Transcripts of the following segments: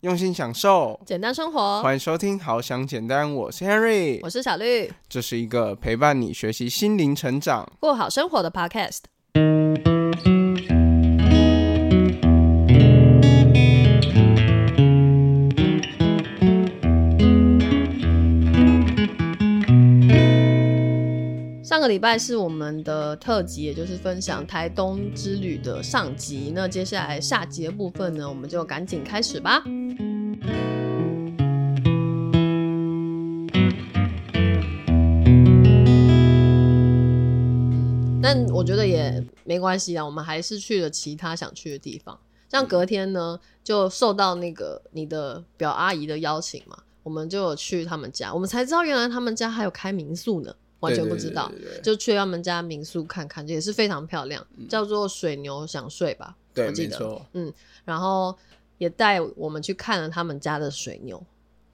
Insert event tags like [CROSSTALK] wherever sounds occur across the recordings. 用心享受。简单生活，欢迎收听《好想简单》，我是 Henry，哦我是小绿，这是一个陪伴你学习心灵成长。过好生活的 Podcast。上个礼拜是我们的特辑，也就是分享台东之旅的上集。那接下来下集的部分呢，我们就赶紧开始吧。但我觉得也没关系啊，我们还是去了其他想去的地方。像隔天呢，就受到那个你的表阿姨的邀请嘛，我们就有去他们家，我们才知道原来他们家还有开民宿呢，完全不知道，对对对对就去他们家民宿看看，也是非常漂亮，叫做水牛想睡吧，对我记没得错，嗯，然后也带我们去看了他们家的水牛，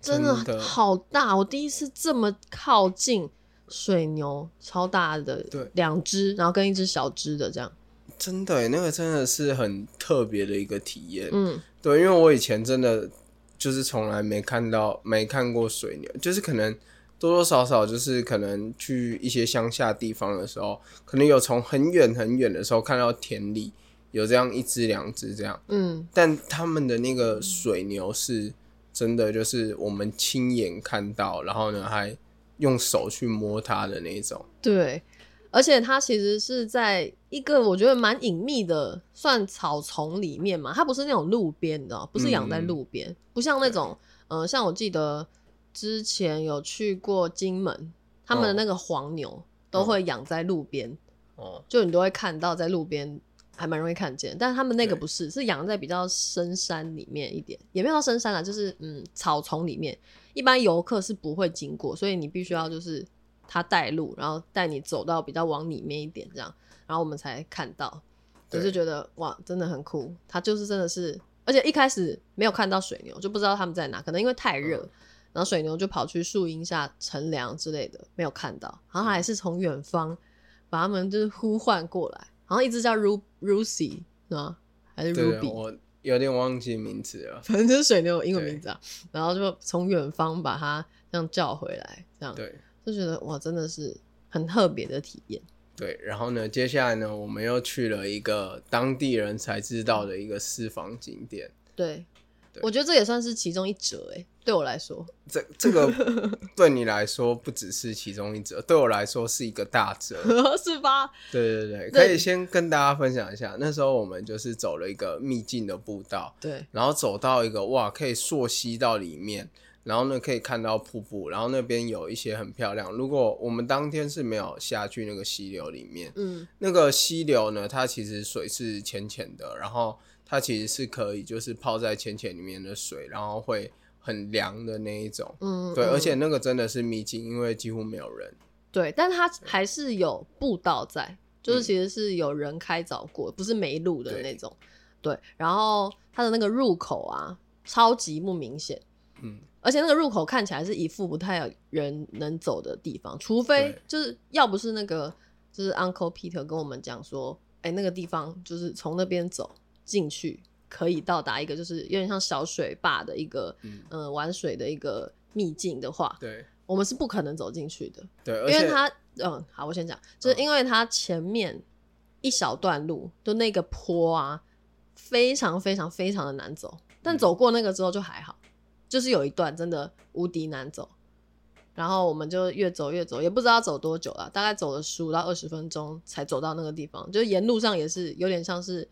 真的真的好大，我第一次这么靠近水牛，超大的，对两只，然后跟一只小只的这样，真的耶，那个真的是很特别的一个体验。嗯，对，因为我以前真的就是从来没看到、没看过水牛，就是可能多多少少就是可能去一些乡下地方的时候，可能有从很远很远的时候看到田里有这样一只、两只这样，嗯，但他们的那个水牛是真的，就是我们亲眼看到，然后呢还用手去摸它的那一种。对，而且它其实是在一个我觉得蛮隐秘的，算草丛里面嘛，它不是那种路边，你知道吗，不是养在嗯路边，不像那种，嗯、像我记得之前有去过金门，他们的哦那个黄牛都会养在路边，哦，就你都会看到在路边。还蛮容易看见，但是他们那个对不是，是养在比较深山里面一点，也没有到深山啦，就是嗯草丛里面，一般游客是不会经过，所以你必须要就是他带路，然后带你走到比较往里面一点这样，然后我们才看到，对就是觉得哇，真的很酷，它就是真的是，而且一开始没有看到水牛，就不知道他们在哪，可能因为太热，嗯然后水牛就跑去树荫下乘凉之类的，没有看到，嗯然后还是从远方。把他们就是呼唤过来，然后一只叫 Ru Rucy 是吗？还是对， Ruby？我有点忘记名字了。 [LAUGHS] 反正就是水牛英文名字啊。然后就从远方把它这样叫回来，这样对就觉得哇，真的是很特别的体验。对，然后呢，接下来呢，我们又去了一个当地人才知道的一个私房景点。对，对我觉得这也算是其中一折哎、对我来 [LAUGHS] 说，这这个对你来说不只是其中一折，对我来说是一个大折。 [LAUGHS] 是吧？对对对，对可以先跟大家分享一下，那时候我们就是走了一个秘境的步道，对，然后走到一个哇，可以溯溪到里面，然后呢可以看到瀑布，然后那边有一些很漂亮。如果我们当天是没有下去那个溪流里面，嗯，那个溪流呢，它其实水是浅浅的，然后它其实是可以就是泡在浅浅里面的水，然后会很凉的那一种。嗯，对，嗯而且那个真的是秘境，因为几乎没有人。对，但它还是有步道在，就是嗯其实是有人开凿过，不是没路的对那种。对，然后它的那个入口啊，超级不明显，嗯，而且那个入口看起来是一副不太有人能走的地方，除非对就是要不是那个就是 Uncle Peter 跟我们讲说，哎、那个地方就是从那边走进去可以到达一个就是有点像小水坝的一个嗯嗯、呃玩水的一个秘境的话，对我们是不可能走进去的。对，而因为且它，嗯，好，我先讲，就是嗯因为它前面一小段路，就那个坡啊，非常非常非常的难走，但嗯走过那个之后就还好，就是有一段真的无敌难走，然后我们就越走越走，也不知道走多久了，大概走了十五到二十分钟才走到那个地方，就是沿路上也是有点像是。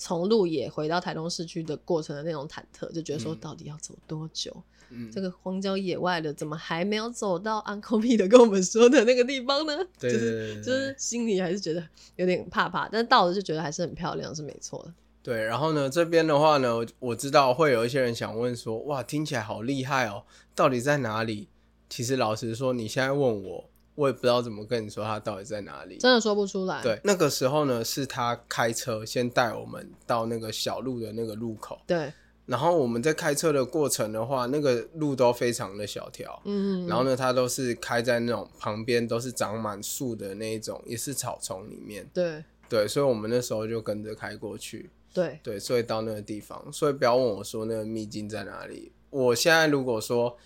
从路野回到台东市区的过程的那种忐忑，就觉得说嗯到底要走多久？嗯这个荒郊野外的，怎么还没有走到 Uncle P 的 [LAUGHS] 跟我们说的那个地方呢？对对对就是对就是心里还是觉得有点怕怕，但到了就觉得还是很漂亮，是没错的。对，然后呢，这边的话呢，我我知道会有一些人想问说，哇，听起来好厉害哦，到底在哪里？其实老实说，你现在问我，我也不知道怎么跟你说它到底在哪里。真的说不出来。对，那个时候呢，是他开车先带我们到那个小路的那个路口，对，然后我们在开车的过程的话，那个路都非常的小条，嗯，然后呢，它都是开在那种旁边都是长满树的那一种，也是草丛里面。对，对，所以我们那时候就跟着开过去。对，对，所以到那个地方，所以不要问我说那个秘境在哪里。我现在如果说，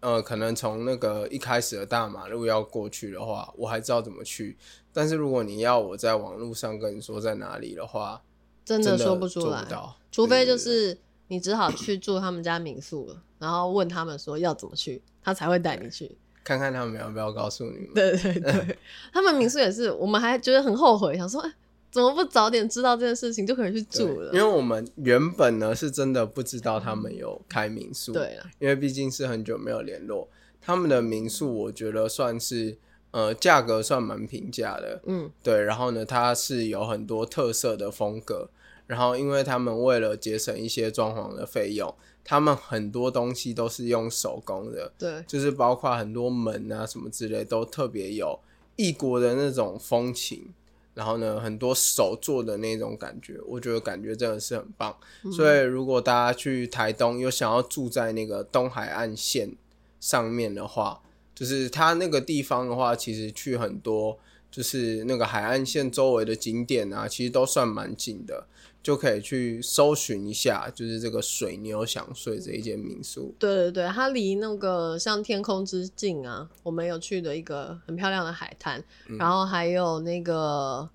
呃，可能从那个一开始的大马路要过去的话，我还知道怎么去。但是如果你要我在网络上跟你说在哪里的话，真的的说不做出来，到除非就对对对是你只好去住他们家民宿了，然后问他们说要怎么去，他才会带你去。看看他们要不要告诉你们。对对嗯对， [LAUGHS] 他们民宿也是，我们还觉得很后悔，想说，哎，怎么不早点知道这件事情就可以去对住了？因为我们原本呢是真的不知道他们有开民宿，对啊了，因为毕竟是很久没有联络。他们的民宿我觉得算是呃价格算蛮平价的，嗯，对，然后呢，它是有很多特色的风格。然后，因为他们为了节省一些装潢的费用，他们很多东西都是用手工的，对，就是包括很多门啊什么之类，都特别有异国的那种风情。然后呢，很多手做的那种感觉，我觉得感觉真的是很棒。嗯所以，如果大家去台东有想要住在那个东海岸线上面的话，就是它那个地方的话，其实去很多就是那个海岸线周围的景点啊，其实都算蛮近的，就可以去搜寻一下，就是这个水牛想睡这一间民宿。对对对，它离那个像天空之境啊，我们有去的一个很漂亮的海滩，嗯然后还有那个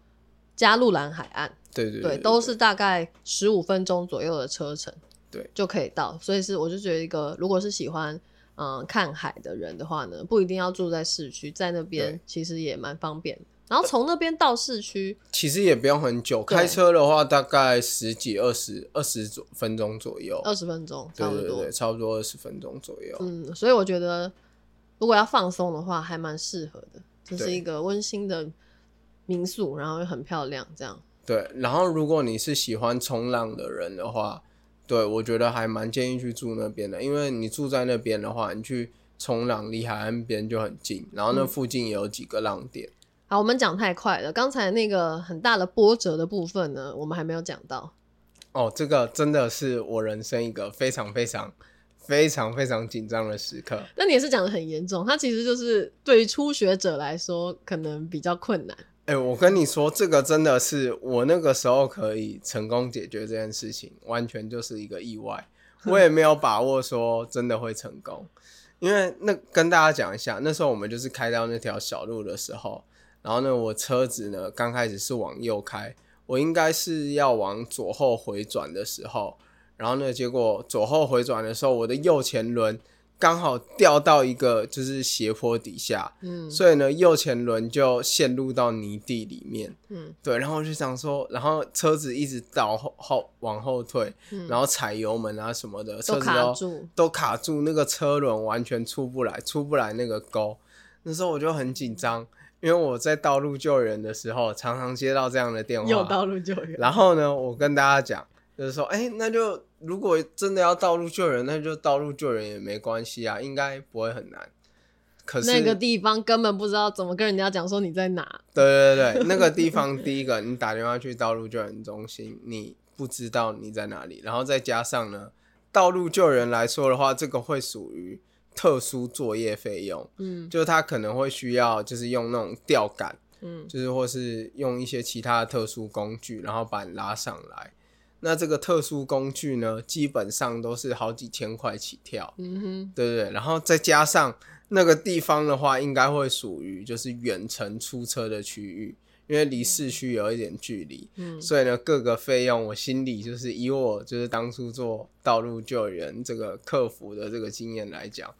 加路兰海岸，对对对，都是大概十五分钟左右的车程，对，就可以到。所以是我就觉得一个，如果是喜欢嗯、呃看海的人的话呢，不一定要住在市区，在那边对其实也蛮方便的。然后从那边到市区，其实也不用很久，对开车的话大概十几、二十、二十左分钟左右，二十分钟哦对差不多。对对，差不多二十分钟左右。嗯，所以我觉得如果要放松的话，还蛮适合的，就是对一个温馨的民宿，然后又很漂亮，这样。对，然后如果你是喜欢冲浪的人的话，对我觉得还蛮建议去住那边的，因为你住在那边的话，你去冲浪离海岸边就很近，然后那嗯附近也有几个浪点。好，我们讲太快了，刚才那个很大的波折的部分呢，我们还没有讲到。哦，这个真的是我人生一个非常非常非常非常紧张的时刻。那你也是讲的很严重，它其实就是对于初学者来说可能比较困难。哎、我跟你说，这个真的是我那个时候可以成功解决这件事情，完全就是一个意外，我也没有把握说真的会成功。因为那跟大家讲一下，那时候我们就是开到那条小路的时候，然后呢，我车子呢刚开始是往右开，我应该是要往左后回转的时候，然后呢，结果左后回转的时候，我的右前轮刚好掉到一个就是斜坡底下，嗯所以呢，右前轮就陷入到泥地里面。嗯对，然后我就想说，然后车子一直倒后后往后退，嗯，然后踩油门啊什么的，车都子卡都住。 [LAUGHS] 都卡住，那个车轮完全出不来，出不来那个沟。那时候我就很紧张，因为我在道路救援的时候，常常接到这样的电话。有道路救援，然后呢，我跟大家讲，就是说，哎、那就如果真的要道路救援，那就道路救援也没关系啊，应该不会很难。可是那个地方根本不知道怎么跟人家讲说你在哪。对对对，那个地方第一个，你打电话去道路救援中心，你不知道你在哪里，然后再加上呢，道路救援来说的话，这个会属于特殊作业费用，嗯就是他可能会需要就是用那种吊杆，嗯就是或是用一些其他的特殊工具，然后把你拉上来。那这个特殊工具呢，基本上都是好几千块起跳，嗯哼，对对对，然后再加上那个地方的话，应该会属于就是远程出车的区域，因为离市区有一点距离，嗯所以呢，各个费用我心里就是以我就是当初做道路救援这个客服的这个经验来讲，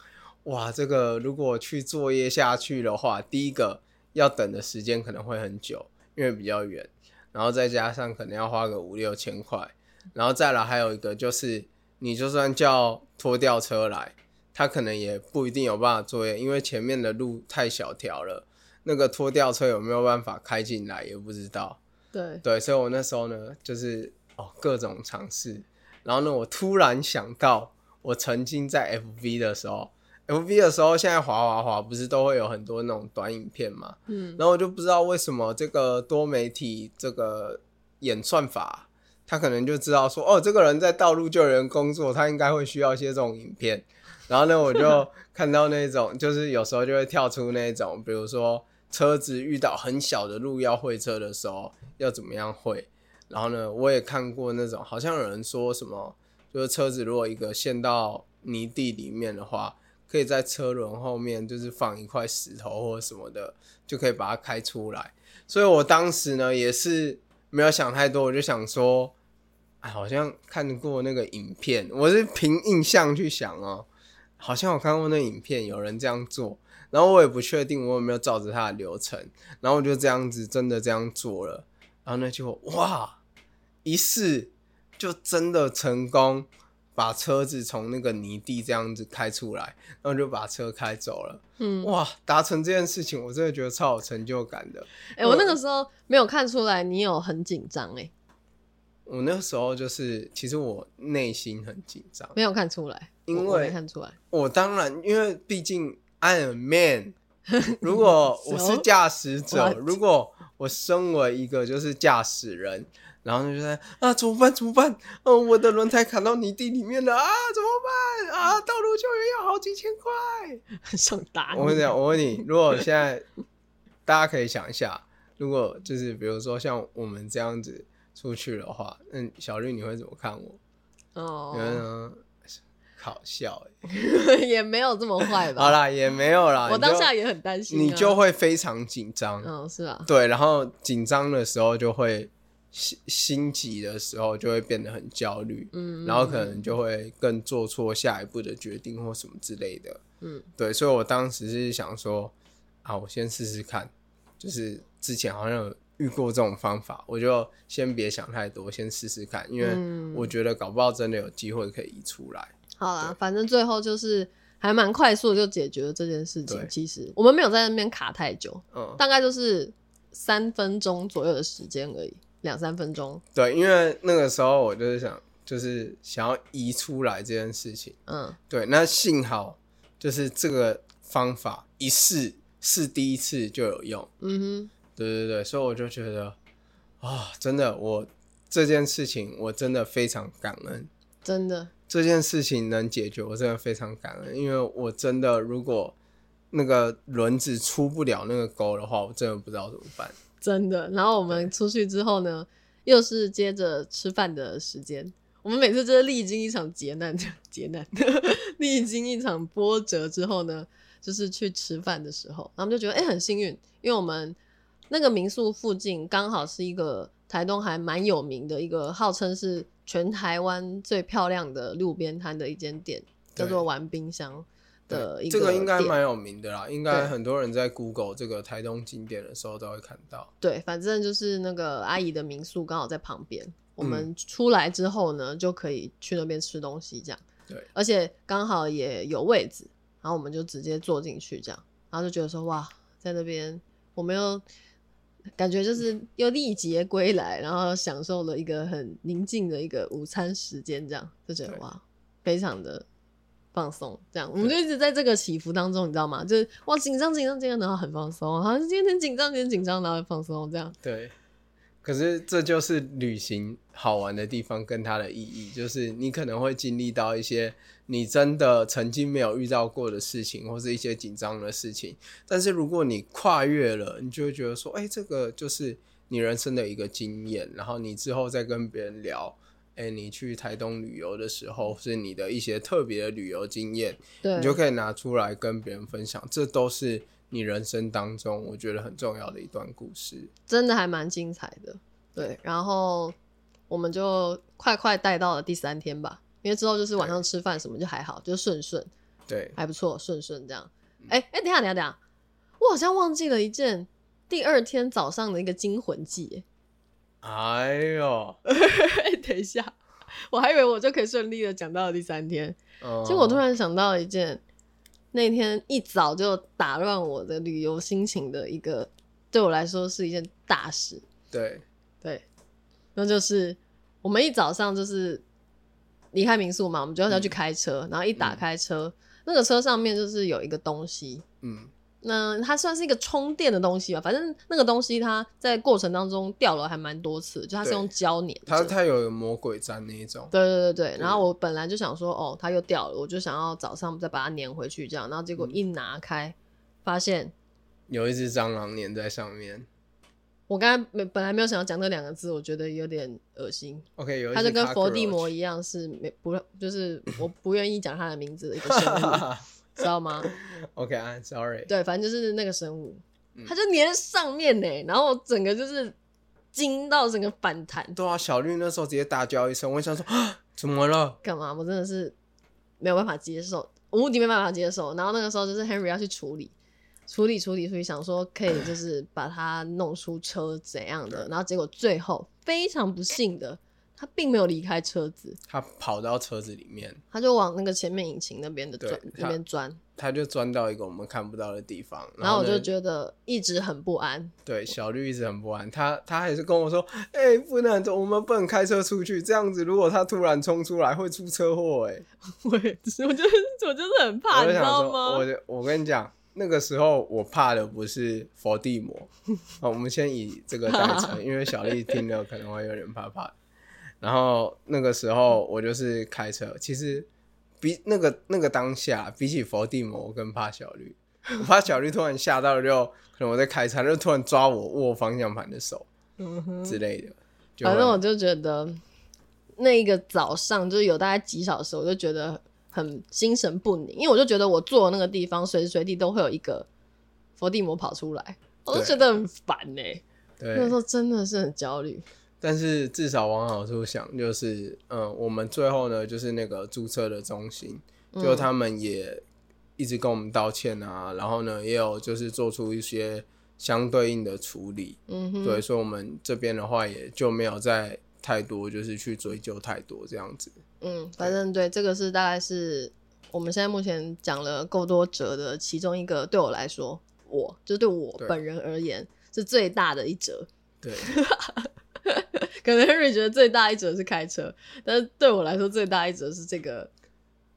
哇，这个如果去作业下去的话，第一个要等的时间可能会很久，因为比较远，然后再加上可能要花个五六千块，然后再来还有一个就是，你就算叫拖吊车来，他可能也不一定有办法作业，因为前面的路太小条了，那个拖吊车有没有办法开进来也不知道。对，对，所以我那时候呢，就是哦各种尝试。然后呢，我突然想到，我曾经在 FV 的时候，FV 的时候现在滑滑滑，不是都会有很多那种短影片嘛？嗯然后我就不知道为什么这个多媒体这个演算法，他可能就知道说，哦，这个人在道路救援工作，他应该会需要一些这种影片。然后呢，我就看到那种， [LAUGHS] 就是有时候就会跳出那种，比如说车子遇到很小的路要会车的时候，要怎么样会。然后呢，我也看过那种，好像有人说什么，就是车子如果一个陷到泥地里面的话，可以在车轮后面就是放一块石头或什么的，就可以把它开出来。所以我当时呢也是没有想太多，我就想说，哎，好像看过那个影片，我是凭印象去想哦，好像我看过那影片，有人这样做。然后我也不确定我有没有照着它的流程，然后我就这样子真的这样做了，然后呢结果哇，一试就真的成功把车子从那个泥地这样子开出来，然后就把车开走了。嗯，哇，达成这件事情，我真的觉得超有成就感的。哎、我嗯那个时候没有看出来你有很紧张，哎，我那时候就是，其实我内心很紧张，没有看出来，因我为我没看出来，我当然，因为毕竟 I am man，如 [LAUGHS] 果我是驾驶者，[LAUGHS] What？如果我身为一个就是驾驶人，然后就在啊怎么办怎么办？哦，我的轮胎卡到泥地里面了啊怎么办啊？道路救援要好几千块。很想打你。啊我跟你讲，我问你，如果现在大家可以想一下，如果就是比如说像我们这样子出去的话，嗯，小绿你会怎么看我？你会哦，呢？好笑欸、也没有这么坏吧？好，啦，也没有啦。你我就当下也很担心、啊，你就会非常紧张，嗯，是吧？对，然后紧张的时候就会心心急的时候就会变得很焦虑，嗯，然后可能就会更做错下一步的决定或什么之类的。嗯，对，所以我当时是想说，啊，我先试试看，就是之前好像有遇过这种方法，我就先别想太多，先试试看，因为嗯我觉得搞不好真的有机会可以移出来。好啦对，反正最后就是还蛮快速地就解决了这件事对情。其实我们没有在那边卡太久，嗯，大概就是三分钟左右的时间而已，两三分钟。对，因为那个时候我就是想，就是想要移出来这件事情。嗯，对，那幸好就是这个方法一试试第一次就有用，嗯对对对，所以我就觉得啊、真的我这件事情我真的非常感恩，哼，真的，这件事情能解决，我真的非常感恩，因为我真的如果那个轮子出不了那个沟的话，我真的不知道怎么办。真的。然后我们出去之后呢，又是接着吃饭的时间。我们每次就是历经一场劫难， [LAUGHS] 劫难，历经一场波折之后呢，就是去吃饭的时候，然后我们就觉得哎、诶很幸运，因为我们那个民宿附近刚好是一个台东还蛮有名的一个，号称是全台湾最漂亮的路边摊的一间店，叫对做玩冰箱的一这个应该店蛮有名的啦，应该对很多人在 Google 这个台东景点的时候都会看到。对，反正就是那个阿姨的民宿刚好在旁边，我们出来之后呢，就可以去那边吃东西这样。对，而且刚好也有位置，然后我们就直接坐进去这样，然后就觉得说哇，在那边我们又感觉就是又历劫归来，然后享受了一个很宁静的一个午餐时间，这样就觉得对哇，非常的放松，这样我们就一直在这个起伏当中，你知道吗？就是哇紧张紧张紧张，然后很放松，好像今天很紧张，今天紧张，然后很放松，这样对，可是这就是旅行好玩的地方跟它的意义，就是你可能会经历到一些你真的曾经没有遇到过的事情，或是一些紧张的事情。但是如果你跨越了，你就会觉得说，哎、这个就是你人生的一个经验，然后你之后再跟别人聊。哎、你去台东旅游的时候，是你的一些特别的旅游经验，对你就可以拿出来跟别人分享，这都是你人生当中我觉得很重要的一段故事。真的还蛮精彩的。对，然后我们就快快带到了第三天吧，因为之后就是晚上吃饭什么就还好，就顺顺对，还不错，顺顺这样。哎、哎、等一下等一下等一下，我好像忘记了一件第二天早上的一个惊魂记。哎呦， [LAUGHS] 哎，等一下，我还以为我就可以顺利的讲到了第三天，嗯结果我突然想到一件，那天一早就打乱我的旅游心情的一个，对我来说是一件大事。嗯对对，那就是我们一早上就是离开民宿嘛，我们就要去开车，然后一打开车，那个车上面就是有一个东西，嗯那它算是一个充电的东西吧，反正那个东西它在过程当中掉了还蛮多次，就它是对用胶粘着，他他有魔鬼毡那一种，对对对对，对然后我本来就想说，哦，它又掉了，我就想要早上再把它粘回去这样，然后嗯结果一拿开，发现有一只蟑螂粘在上面，我刚才没本来没有想要讲这两个字，我觉得有点恶心。 OK，有一他就只跟佛地 cockroach [LAUGHS] 魔一样，是没不就是我不愿意讲他的名字的一个 [LAUGHS] 生物，知道吗？ OK，I'm 啊 sorry。对，反正就是那个生物嗯，它就粘在上面呢、然后我整个就是惊到整个反弹，对啊，小绿那时候直接大叫一声，我想说啊怎么了？干嘛？我真的是没有办法接受，无敌没办法接受。然后那个时候就是 Henry 要去处理，处理处理处理，想说可以就是把它弄出车怎样的，对然后结果最后非常不幸的，他并没有离开车子，他跑到车子里面，他就往那个前面引擎那边的对钻它那边钻，他就钻到一个我们看不到的地方，然后我呢就觉得一直很 [LAUGHS] 不安。对小绿一直很不安，他他还是跟我说，哎、不能，我们不能开车出去，这样子如果他突然冲出来会出车祸、哎。我也是，我就是我就是很怕，我 [LAUGHS] 你就知想道说，吗？我就我跟你讲，那个时候我怕的不是伏地魔， [LAUGHS] 好，我们先以这个代称，因为小丽听了可能会有点怕怕。然后那个时候我就是开车，其实比那个那个当下，比起伏地魔，我更怕小绿。我怕小绿突然吓到就，可能我在开车，就突然抓我握方向盘的手嗯哼之类的。就反正会我就觉得那一个早上，就是有大概几小时，我就觉得很心神不宁，因为我就觉得我坐的那个地方随时随地都会有一个伏地魔跑出来，我就对觉得很烦呢、那时对，候真的是很焦虑，但是至少往好处想，就是嗯，我们最后呢，就是那个注册的中心，就嗯他们也一直跟我们道歉啊，然后呢，也有就是做出一些相对应的处理，嗯哼，对，所以我们这边的话也就没有再太多就是去追究太多这样子，嗯，反正对这个是大概是我们现在目前讲了够多折的其中一个，对我来说，我就对我对本人而言是最大的一折。 [LAUGHS] 对，可能 Henry 觉得最大一折是开车，但是对我来说最大一折是这个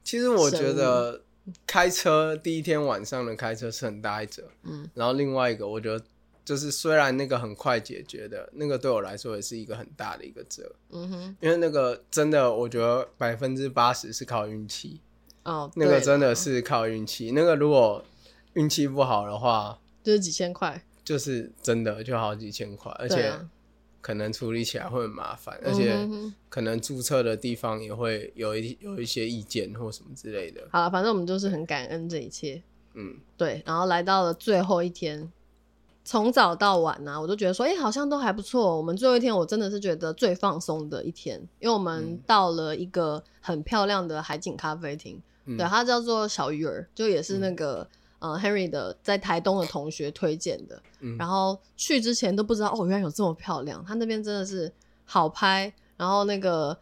其实我觉得开车第一天晚上的开车是很大一折，嗯，然后另外一个我觉得就是虽然那个很快解决的，那个对我来说也是一个很大的一个折，嗯哼，因为那个真的我觉得百分之八十是靠运气，哦，那个对真的是靠运气。那个如果运气不好的话，就是几千块，就是真的就好几千块，而对且啊可能处理起来会很麻烦，而且嗯哼哼可能注册的地方也会有一有一些意见或什么之类的。好了，反正我们就是很感恩这一切，嗯，对，然后来到了最后一天，从早到晚呢、我都觉得说，哎、好像都还不错。我们最后一天，我真的是觉得最放松的一天，因为我们嗯到了一个很漂亮的海景咖啡厅，嗯对，它叫做小鱼儿，就也是那个、呃 Henry 的在台东的同学推荐的。嗯然后去之前都不知道，哦，原来有这么漂亮，它那边真的是好拍，然后那个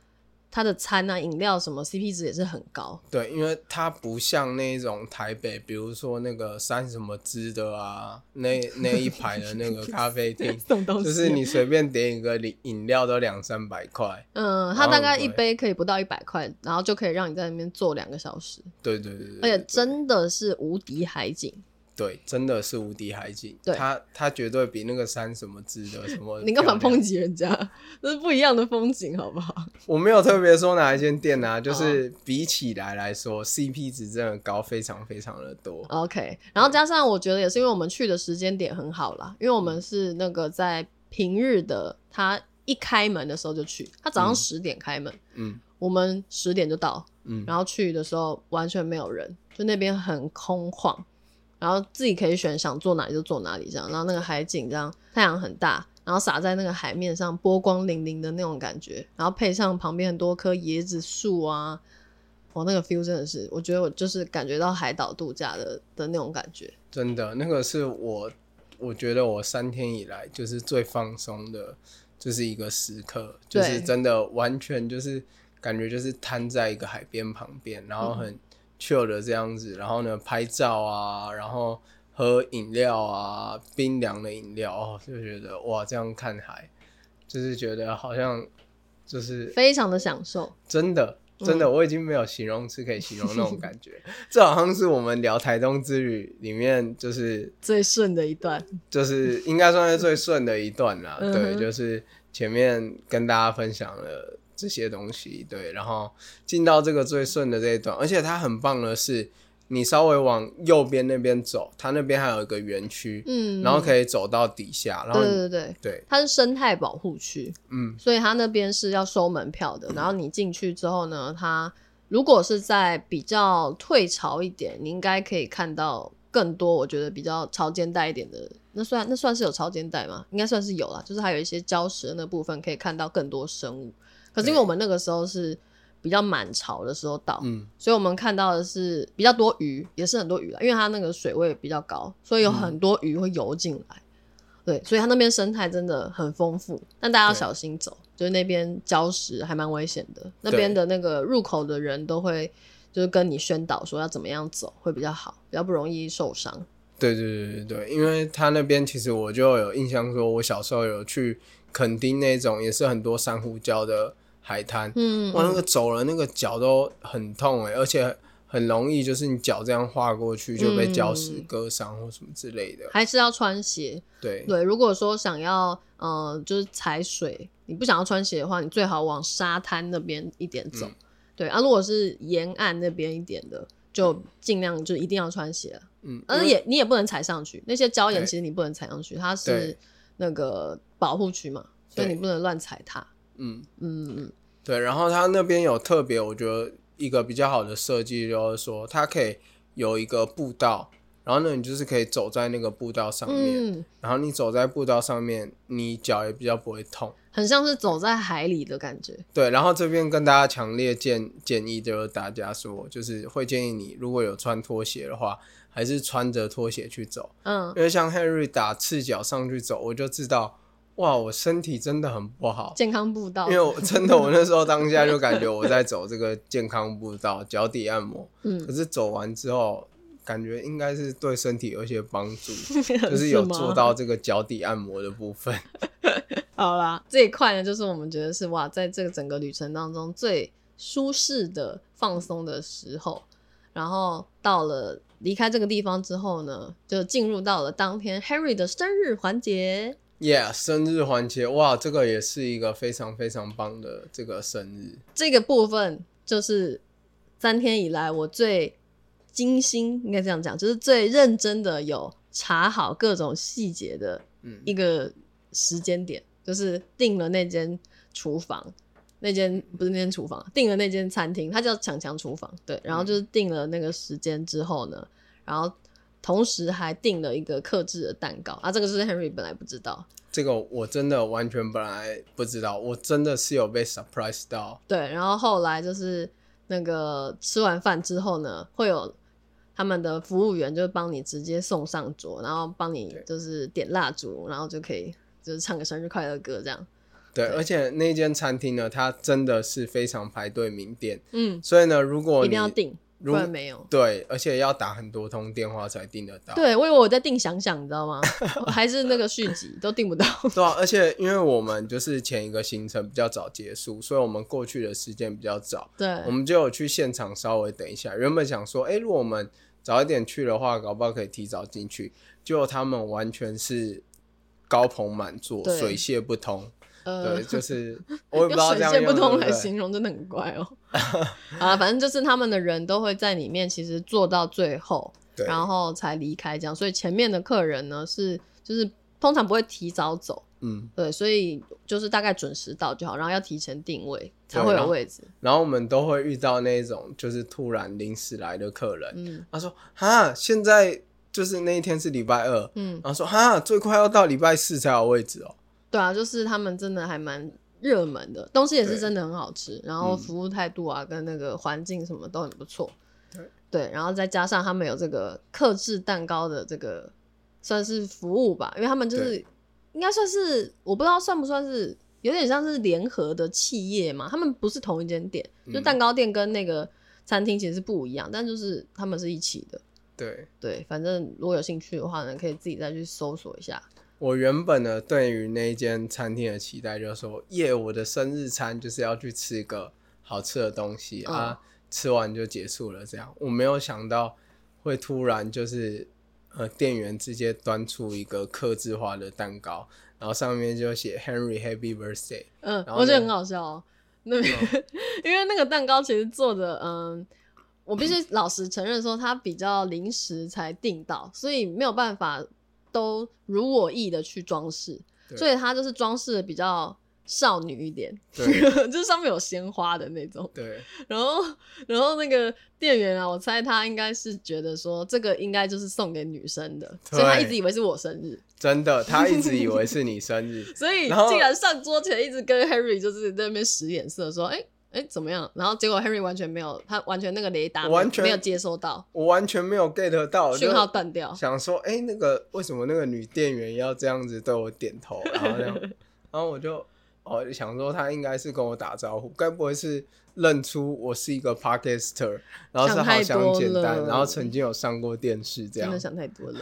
它的餐啊、饮料什么 CP 值也是很高。对，因为它不像那种台北，比如说那个三什么汁的啊， [LAUGHS] 那那一排的那个咖啡厅，种东啊就是你随便点一个饮饮料都两三百块。嗯，然它后大很概一贵杯可以不到一百块，然后就可以让你在那边坐两个小时，对对对对而对且真的是无敌海景。对，真的是无敌海景。对它它绝对比那个山什么之的什么 [LAUGHS] 。你干嘛抨碰？击人家？ [LAUGHS] 这是不一样的风景，好不好？ [LAUGHS] 我没有特别说哪一间店哦啊，就是比起来来说，CP 值真的高，非常非常的多。 OK，然后加上我觉得也是因为我们去的时间点很好啦，因为我们是那个在平日的，他一开门的时候就去，他早嗯上十点开门，嗯我们十点就到，嗯，然后去的时候完全没有人，就那边很空旷，然后自己可以选想坐哪里就坐哪里这样，然后那个海景这样太阳很大，然后洒在那个海面上，波光粼粼的那种感觉，然后配上旁边很多棵椰子树啊，我、那个 feel 真的是，我觉得我就是感觉到海岛度假的的那种感觉，真的，那个是我我觉得我三天以来就是最放松的，就是一个时刻，对就是真的完全就是感觉就是瘫在一个海边旁边，然嗯后很 chill 的这样子，然后呢拍照啊，然后喝饮料啊，冰凉的饮料，哦，就觉得哇，这样看海，就是觉得好像就是非嗯常的享受。真的。真的，我已经没有形容词可以形容那种感觉。这好像是我们聊台东之旅里面，就是最顺的一段，就是应该算是最顺的一段啦。嗯对，哼就是前面跟大家分享了这些东西，对，然后进到这个最顺的这一段，而且它很棒的是，你稍微往右边那边走，它那边还有一个园区，嗯，然后可以走到底下，然后对你对对对，对，它是生态保护区，嗯所以它那边是要收门票的。然后你进去之后呢，它如果是在比较退潮一点，你应该可以看到更多我觉得比较潮间带一点的。那算那算是有潮间带吗？应该算是有啦，就是还有一些礁石的那部分可以看到更多生物。可是因为对我们那个时候是比较满潮的时候到，嗯，所以我们看到的是比较多鱼，也是很多鱼啦，因为它那个水位比较高，所以嗯有很多鱼会游进来。对，所以它那边生态真的很丰富，但大家要对小心走，就是那边礁石还蛮危险的。那边的那个入口的人都会就是跟你宣导说要怎么样走会比较好，比较不容易受伤。对对对对对，因为它那边其实我就有印象，说我小时候有去垦丁那种也是很多珊瑚礁的海滩，嗯，哇，那嗯个走了那个脚都很痛哎、而且很容易就是你脚这样划过去就被礁石嗯割伤或什么之类的，还是要穿鞋。对对，如果说想要呃就是踩水，你不想要穿鞋的话，你最好往沙滩那边一点走。嗯对啊，如果是沿岸那边一点的，就尽量就一定要穿鞋了。嗯，但是因为也你也不能踩上去，那些礁岩对其实你不能踩上去，它是对那个保护区嘛，所以对你不能乱踩它。嗯。嗯嗯对，然后它那边有特别，我觉得一个比较好的设计就是说，它可以有一个步道，然后呢，你就是可以走在那个步道上面，嗯，然后你走在步道上面，你脚也比较不会痛。很像是走在海里的感觉。对，然后这边跟大家强烈建建议就是大家说，就是会建议你如果有穿拖鞋的话，还是穿着拖鞋去走，嗯，因为像 Henry 打赤脚上去走，我就知道，哇，我身体真的很不好，健康步道因。为我 [LAUGHS] 真的，我那时候当下就感觉我在走这个健康步道，脚底按摩。嗯可，是走完之后，感觉应该是对身体有一些帮 [LAUGHS] 助，就是有吗做到这个脚底按摩的部分。好啦，这一块呢，就是我们觉得是哇，在这个整个旅程当中最舒适的、放松的时候。然后到了离开这个地方之后呢，就进入到了当天 Harry 的生日环节。 Yeah，生日环节，哇，这个也是一个非常非常棒的这个生日。这个部分就是三天以来我最精心，应该这样讲，就是最认真的有查好各种细节的嗯，一个时间点，就是订了那间厨房，那间不是那间厨房，订了那间餐厅，它叫强强厨房，对，然后就是订了那个时间之后呢，然后同时还订了一个克制的蛋糕啊，这个是 Henry 本来不知道，这个我真的完全本来不知道，我真的是有被 surprise 到。对，然后后来就是那个吃完饭之后呢，会有他们的服务员就帮你直接送上桌，然后帮你对就是点蜡烛，然后就可以就是唱个生日快乐歌这样，对，对而且那间餐厅呢，它真的是非常排队名店，嗯，所以呢，如果你一定要订，不如然没有。对，而且要打很多通电话才订得到。对，我以为我在订想想，你知道吗？还是那个续集都订不到。对啊，而且因为我们就是前一个行程比较早结束，所以我们过去的时间比较早，对我，们就有去现场稍微等一下。原本想说，哎、如果我们早一点去的话，搞不好可以提早进去。结果他们完全是高朋满座，对水泄不通。呃 [LAUGHS] 对，，就是我也不知道这用水样泄不用对通不来对形容真的很怪 [LAUGHS] 哦。啊，反正就是他们的人都会在里面，其实做到最后，对，然后才离开这样。所以前面的客人呢是就是通常不会提早走，嗯，对，所以就是大概准时到就好，然后要提前定位才对会然有后位置。然后我们都会遇到那种就是突然临时来的客人，嗯他说哈，现在就是那一天是礼拜二，嗯，然后说哈，最快要到礼拜四才有位置哦。对啊，就是他们真的还蛮热门的，东西也是对真的很好吃，然后嗯服务态度啊、跟那个环境什么都很不错。对对，然后再加上他们有这个克制蛋糕的这个算是服务吧，因为他们就是应该算是我不知道算不算是有点像是联合的企业嘛，他们不是同一间店，就嗯蛋糕店跟那个餐厅其实是不一样，但就是他们是一起的。对对，反正如果有兴趣的话呢，可以自己再去搜索一下。我原本呢，对于那一间餐厅的期待就是说，耶，我的生日餐就是要去吃个好吃的东西、嗯啊，吃完就结束了这样。我没有想到会突然就是呃，店员直接端出一个刻制化的蛋糕，然后上面就写 Henry Happy Birthday。嗯，然后我觉得呢 [LAUGHS] 很好笑哦。那边、因为那个蛋糕其实做的，嗯，我必须老实承认说，他比较临时才定到，所以没有办法都如我意的去装饰，对所以他就是装饰的比较少女一点，对 [LAUGHS] 就是上面有鲜花的那种。对，然后，然后那个店员啊，我猜他应该是觉得说这个应该就是送给女生的，所以他对一直以为是我生日，真的，他一直以为是你生 [LAUGHS]，日所以然后竟然上桌前一直跟 Harry 就是在那边使眼色说，哎、哎、怎么样？然后结果 Harry 完全没有，他完全那个雷达没有完全没有接收到，我完全没有 get 到，讯就号断掉。想说，哎、那个为什么那个女店员要这样子对我点头，然后 [LAUGHS] 这样，然后我就哦想说她应该是跟我打招呼，该不会是认出我是一个 podcaster，然后是好想太想多简单，了然后曾经有上过电视这真样 [LAUGHS] 的，想太多了。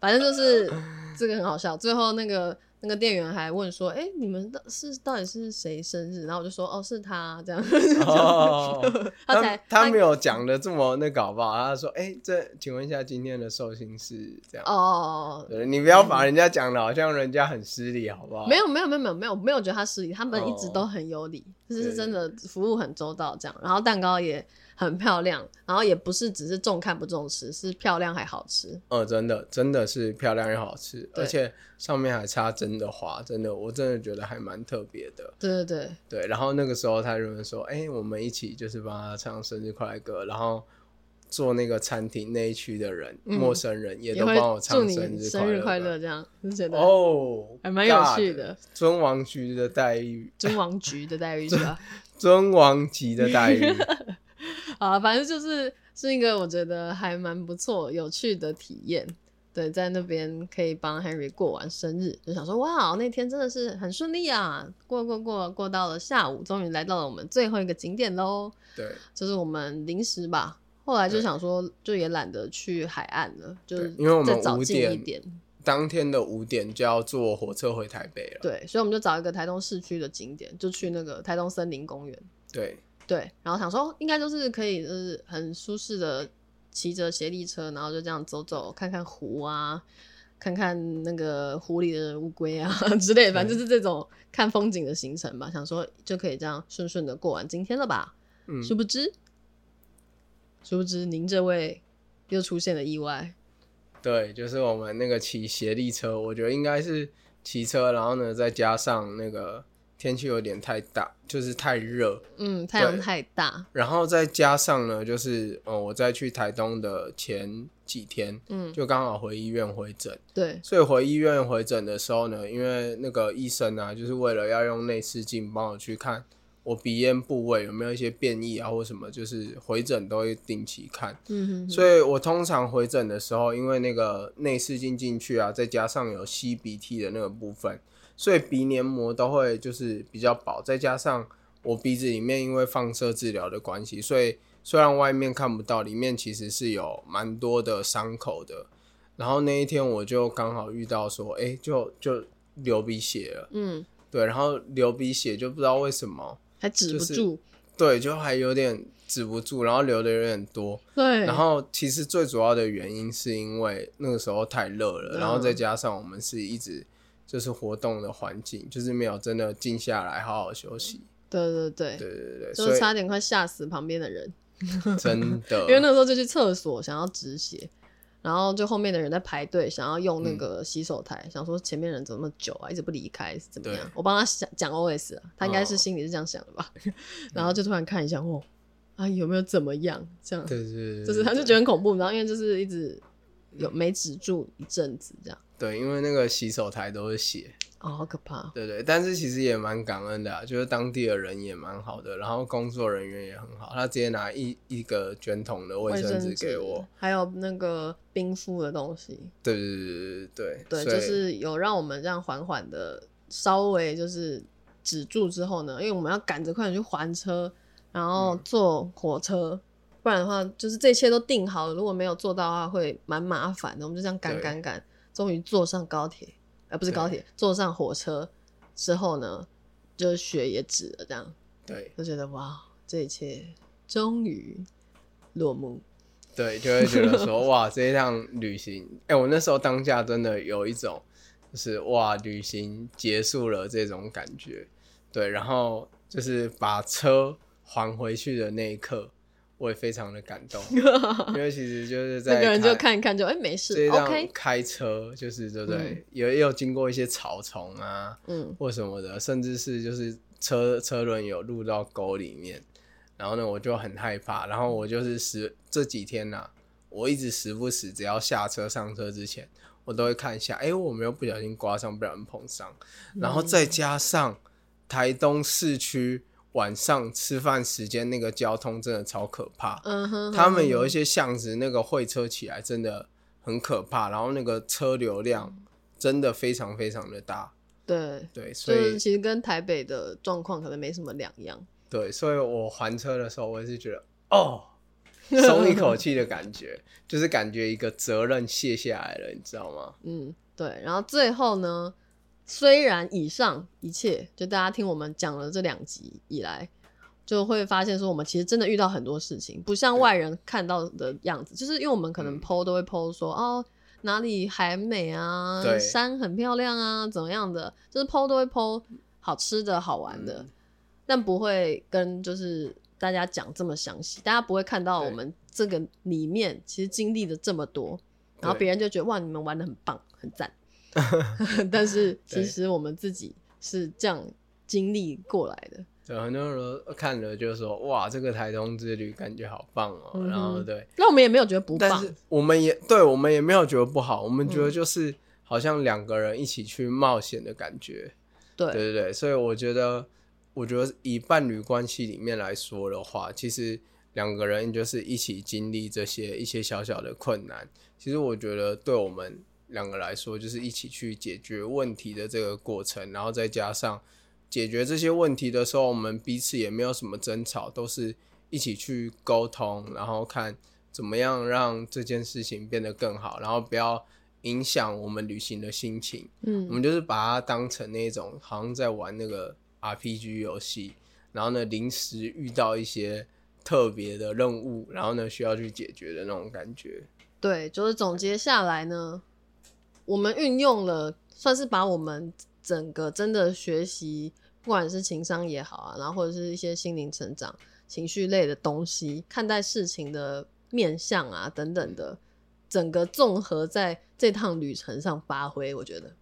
反正就是这个很好笑。最后那个那个店员还问说：“哎、你们到是到底是谁生日？”然后我就说：“哦，是他。”这样，哦 [LAUGHS] 他才他没有讲的这么那个好不好？他说，哎、这请问一下今天的寿星是这样。哦哦哦对你不要把人家讲的好像人家很失礼，好不好？哦，没有没有没有没有没有没有觉得他失礼，他们一直都很有礼，就哦对是真的服务很周到这样。然后蛋糕也很漂亮，然后也不是只是重看不重吃，是漂亮还好吃。哦，真的，真的是漂亮又好吃，对而且上面还插真的花，真的，我真的觉得还蛮特别的。对对对，对，然后那个时候他就会说，哎、我们一起就是帮他唱生日快乐歌，然后做那个餐厅那一区的人，嗯陌生人也都会帮我祝唱你日生日快快乐乐这样，就觉歌。得哦，还蛮有趣的 God，尊王局的待遇，尊王局的待遇是 [LAUGHS] 吧？尊王级的 [LAUGHS] 待遇，啊，反正就是是一个我觉得还蛮不错、有趣的体验。对，在那边可以帮 Henry 过完生日，就想说哇，那天真的是很顺利啊，过过过过到了下午，终于来到了我们最后一个景点喽，对，就是我们临时吧。后来就对想说，就也懒得去海岸了，就是对因为我们再早五近一点点，当天的五点就要坐火车回台北了。对，所以我们就找一个台东市区的景点，就去那个台东森林公园。对，对，然后想说哦应该就是可以，就是很舒适的骑着斜力车，然后就这样走走，看看湖啊，看看那个湖里的乌龟啊 [LAUGHS] 之类的，反正就是这种看风景的行程吧。想说就可以这样顺顺的过完今天了吧？嗯，殊不知，殊不知您这位又出现了意外，对，就是我们那个骑斜力车，我觉得应该是骑车，然后呢再加上那个天气有点太大，就是太热，嗯，太阳对太大，然后再加上呢，就是呃我在去台东的前几天，嗯，就刚好回医院回诊，对，所以回医院回诊的时候呢，因为那个医生啊，就是为了要用内视镜帮我去看我鼻咽部位有没有一些变异啊或什么，就是回诊都会定期看。嗯哼哼，所以我通常回诊的时候，因为那个内视镜进去啊，再加上有吸鼻涕的那个部分，所以鼻黏膜都会就是比较薄，再加上我鼻子里面因为放射治疗的关系，所以虽然外面看不到，里面其实是有蛮多的伤口的。然后那一天我就刚好遇到说，哎、就就流鼻血了，嗯，对，然后流鼻血就不知道为什么，还止就不是住，对，就还有点止不住，然后流的有点多。对，然后其实最主要的原因是因为那个时候太热了，嗯然后再加上我们是一直就是活动的环境，就是没有真的静下来好好休息。对对嗯对，对对对，就所是以差点快吓死旁边的人。真的 [LAUGHS] 因为那时候就去厕所想要止血，然后就后面的人在排队想要嗯用那个洗手台，想说前面人怎么那么久啊，一直不离开是怎么样对？我帮他想讲 OS 啊，他应该是哦心里是这样想的 [LAUGHS] 吧，然后就突然看一下，哦，啊有没有怎么样？这样对对对对，嗯就是他就觉得很恐怖，然后因为就是一直有没止住一阵子这样，对，因为那个洗手台都是血，哦好可怕，对对，但是其实也蛮感恩的、啊，就是当地的人也蛮好的，然后工作人员也很好，他直接拿一一个卷筒的卫生纸给我，，还有那个冰敷的东西，对对对对对，所以就是有让我们这样缓缓的稍微就是止住之后呢，因为我们要赶着快点去还车，然后嗯坐火车，不然的话就是这一切都定好了，如果没有做到的话会蛮麻烦的。我们就这样赶对赶赶，终于坐上高铁，呃，不是高铁，坐上火车之后呢，就是雪也止了，这样对就觉得哇，这一切终于落幕。 [LAUGHS] 对，就会觉得说哇，这一趟旅行，哎、我那时候当下真的有一种就是哇，旅行结束了这种感觉。对，然后就是把车还回去的那一刻，我也非常的感 [LAUGHS] 动，因为其实就是在那个人就开看一看就哎、没这事一，OK，趟开车，就是对不嗯对？有也有经过一些草丛啊嗯或什么的，甚至是就是车车轮有入到沟里面，然后呢我就很害怕，然后我就是时这几天呐、我一直时不时只要下车上车之前，我都会看一下，哎、我没有不小心刮伤，不小心碰伤，嗯然后再加上台东市区晚上吃饭时间那个交通真的超可怕，嗯哼，他们有一些些巷子那个会车起来真的很可怕，然后那个车流量嗯真的非常非常的大，对，对，所就以是其实跟台北的状况可能没什么两样，对，所以我还车的时候，我也是觉得哦，松一口气的感觉，就是感觉一个责任卸下来了，你知道吗？嗯，对。然后最后呢，虽然以上一切，就大家听我们讲了这两集以来，就会发现说我们其实真的遇到很多事情，不像对外人看到的样子，就是因为我们可能嗯 PO 都会 PO 说、哦。哪里海美啊，对山很漂亮啊，怎么样的，就是 PO 都会 PO 好吃的好玩的，嗯但不会跟就是大家讲这么详细，大家不会看到我对们这个里面其实经历了这么多，然后对别人就觉得哇，你们玩的很棒，很赞。 [LAUGHS] [LAUGHS] 但是其对实我们自己是这样经历过来的，对，很多人看了就说哇，这个台东之旅感觉好棒哦，嗯哼然后对，那我们也没有觉得不但棒嗯是，我们也对我们也没有觉得不好，我们觉得就是好像两个人一起去冒险的感觉，对，对对对，所以我觉得，我觉得以伴侣关系里面来说的话，其实两个人就是一起经历这些一些小小的困难，其实我觉得对我们两个来说，就是一起去解决问题的这个过程，然后再加上解决这些问题的时候，我们彼此也没有什么争吵，都是一起去沟通，然后看怎么样让这件事情变得更好，然后不要影响我们旅行的心情。我嗯们就是把它当成那种好像在玩那个 RPG 游戏，然后呢临时遇到一些特别的任务，然后呢需要去解决的那种感觉。对，就是总结下来呢，我们运用了，算是把我们整个真的学习，不管是情商也好啊，然后或者是一些心灵成长、情绪类的东西，看待事情的面向啊等等的，整个综合在这趟旅程上发挥，我觉得。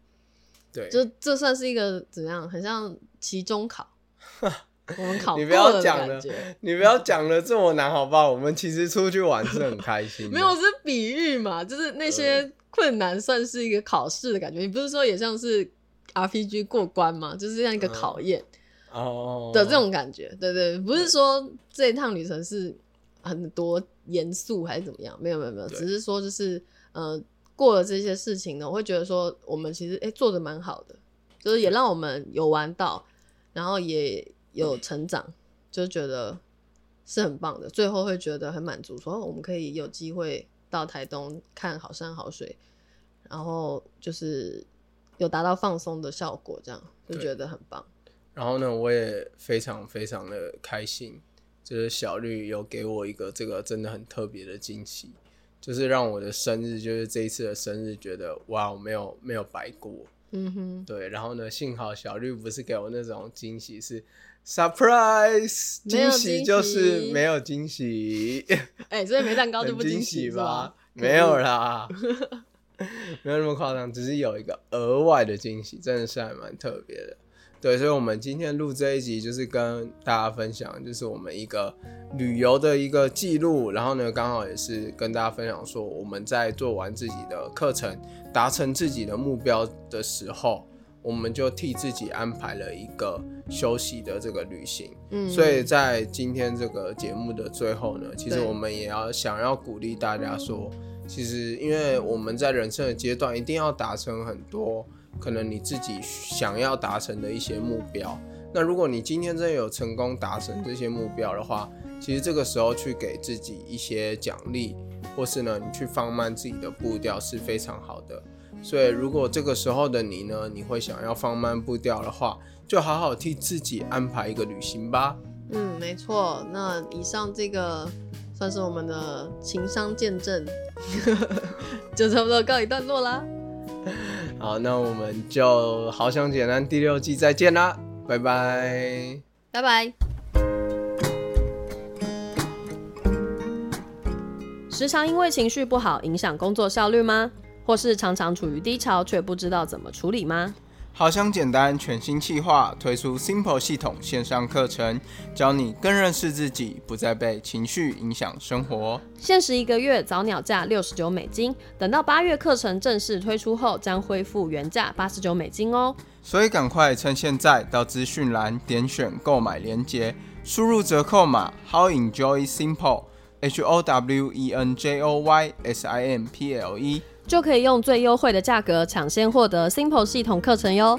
对，就这算是一个怎样，很像期 [LAUGHS] 中考，我们考你过不要的讲了感觉。你不要讲的这么难好不好？我们其实出去玩是很开心的， [LAUGHS] 没有是比喻嘛，就是那些困难算是一个考试的感觉。你不是说也像是 RPG 过关吗？就是这样一嗯个考验哦的这种感觉。对对，不是说这一趟旅程是很多严肃还是怎么样？没有没有没有，对只是说就是呃过了这些事情呢，我会觉得说我们其实哎、诶做的蛮好的，就是也让我们有玩到，然后也有成长，就觉得是很棒的。最后会觉得很满足，说哦我们可以有机会到台东看好山好水，然后就是有达到放松的效果，这样就对觉得很棒。然后呢，我也非常非常的开心，就是小绿有给我一个这个真的很特别的惊喜，就是让我的生日，就是这一次的生日，觉得哇，我没有没有白过。嗯哼，对，然后呢，幸好小绿不是给我那种惊喜，是 surprise 没有惊喜，就是惊没有惊喜，哎、所以没蛋糕就很不惊喜是吧？可恶没有啦， [LAUGHS] 没有那么夸张，只是有一个额外的惊喜，真的是还蛮特别的。对，所以，我们今天录这一集就是跟大家分享，就是我们一个旅游的一个记录，然后呢，刚好也是跟大家分享说，我们在做完自己的课程，达成自己的目标的时候，我们就替自己安排了一个休息的这个旅行。嗯，所以在今天这个节目的最后呢，其实对我们也要想要鼓励大家说，其实因为我们在人生的阶段，一定要达成很多可能你自己想要达成的一些目标。那如果你今天真的有成功达成这些目标的话，其实这个时候去给自己一些奖励，或是呢你去放慢自己的步调是非常好的。所以如果这个时候的你呢，你会想要放慢步调的话，就好好替自己安排一个旅行吧。嗯，没错。那以上这个算是我们的情商见证， [LAUGHS] 就差不多告一段落啦。好，那我们就《好想简单》第六季再见啦，拜拜。拜拜。时常因为情绪不好影响工作效率吗？或是常常处于低潮却不知道怎么处理吗？好想简单全新企划推出 Simple 系统线上课程，教你更认识自己，不再被情绪影响生活。限时一个月早鸟价六十九美金，等到八月课程正式推出后，将恢复原价八十九美金哦。所以赶快趁现在到资讯栏点选购买链接，输入折扣码 How Enjoy Simple H O W E N J O Y S I M P L E。就可以用最优惠的价格抢先获得 Simple 系统课程哟。